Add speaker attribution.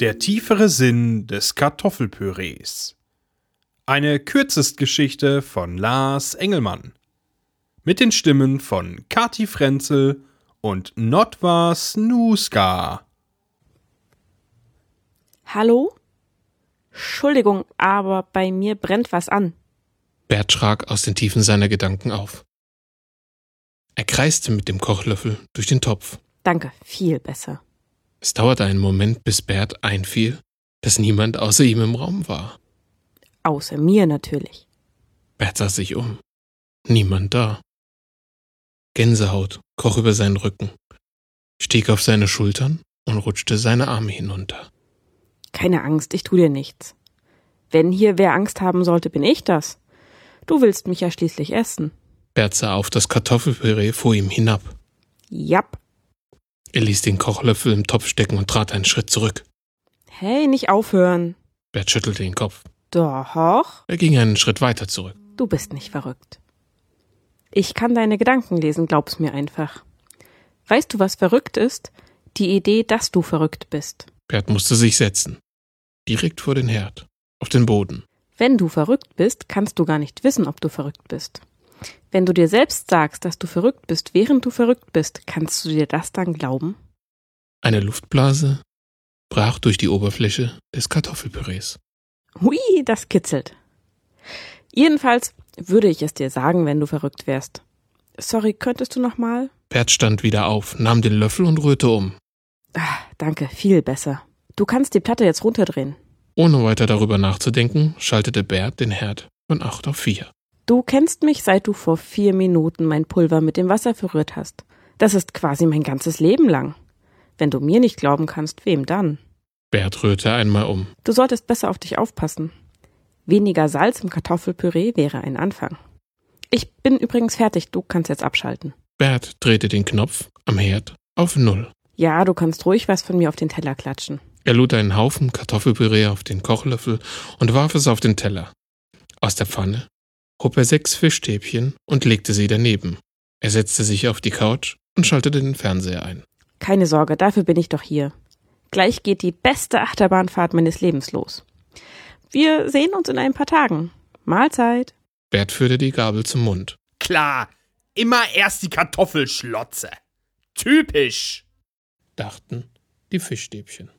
Speaker 1: Der tiefere Sinn des Kartoffelpürees. Eine Kürzestgeschichte von Lars Engelmann. Mit den Stimmen von Kati Frenzel und Notwa Snuska.
Speaker 2: Hallo? Entschuldigung, aber bei mir brennt was an.
Speaker 3: Bert schrak aus den Tiefen seiner Gedanken auf. Er kreiste mit dem Kochlöffel durch den Topf.
Speaker 2: Danke, viel besser.
Speaker 3: Es dauerte einen Moment, bis Bert einfiel, dass niemand außer ihm im Raum war.
Speaker 2: Außer mir natürlich.
Speaker 3: Bert sah sich um. Niemand da. Gänsehaut kroch über seinen Rücken, stieg auf seine Schultern und rutschte seine Arme hinunter.
Speaker 2: Keine Angst, ich tu dir nichts. Wenn hier wer Angst haben sollte, bin ich das. Du willst mich ja schließlich essen.
Speaker 3: Bert sah auf das Kartoffelpüree vor ihm hinab.
Speaker 2: Japp.
Speaker 3: Er ließ den Kochlöffel im Topf stecken und trat einen Schritt zurück.
Speaker 2: Hey, nicht aufhören.
Speaker 3: Bert schüttelte den Kopf.
Speaker 2: Doch,
Speaker 3: Er ging einen Schritt weiter zurück.
Speaker 2: du bist nicht verrückt. Ich kann deine Gedanken lesen, glaub's mir einfach. Weißt du, was verrückt ist? Die Idee, dass du verrückt bist.
Speaker 3: Bert musste sich setzen. Direkt vor den Herd. Auf den Boden.
Speaker 2: Wenn du verrückt bist, kannst du gar nicht wissen, ob du verrückt bist. Wenn du dir selbst sagst, dass du verrückt bist, während du verrückt bist, kannst du dir das dann glauben?
Speaker 3: Eine Luftblase brach durch die Oberfläche des Kartoffelpürees.
Speaker 2: Hui, das kitzelt. Jedenfalls würde ich es dir sagen, wenn du verrückt wärst. Sorry, könntest du nochmal?
Speaker 3: Bert stand wieder auf, nahm den Löffel und rührte um.
Speaker 2: Danke, viel besser. Du kannst die Platte jetzt runterdrehen.
Speaker 3: Ohne weiter darüber nachzudenken, schaltete Bert den Herd von acht auf vier.
Speaker 2: Du kennst mich, seit du vor vier Minuten mein Pulver mit dem Wasser verrührt hast. Das ist quasi mein ganzes Leben lang. Wenn du mir nicht glauben kannst, wem dann?
Speaker 3: Bert rührte einmal um.
Speaker 2: Du solltest besser auf dich aufpassen. Weniger Salz im Kartoffelpüree wäre ein Anfang. Ich bin übrigens fertig, du kannst jetzt abschalten.
Speaker 3: Bert drehte den Knopf am Herd auf null.
Speaker 2: Ja, du kannst ruhig was von mir auf den Teller klatschen.
Speaker 3: Er lud einen Haufen Kartoffelpüree auf den Kochlöffel und warf es auf den Teller. Aus der Pfanne hob er sechs Fischstäbchen und legte sie daneben. Er setzte sich auf die Couch und schaltete den Fernseher ein.
Speaker 2: Keine Sorge, dafür bin ich doch hier. Gleich geht die beste Achterbahnfahrt meines Lebens los. Wir sehen uns in ein paar Tagen. Mahlzeit.
Speaker 3: Bert führte die Gabel zum Mund.
Speaker 1: Klar, immer erst die Kartoffelschlotze. Typisch.
Speaker 3: Dachten die Fischstäbchen.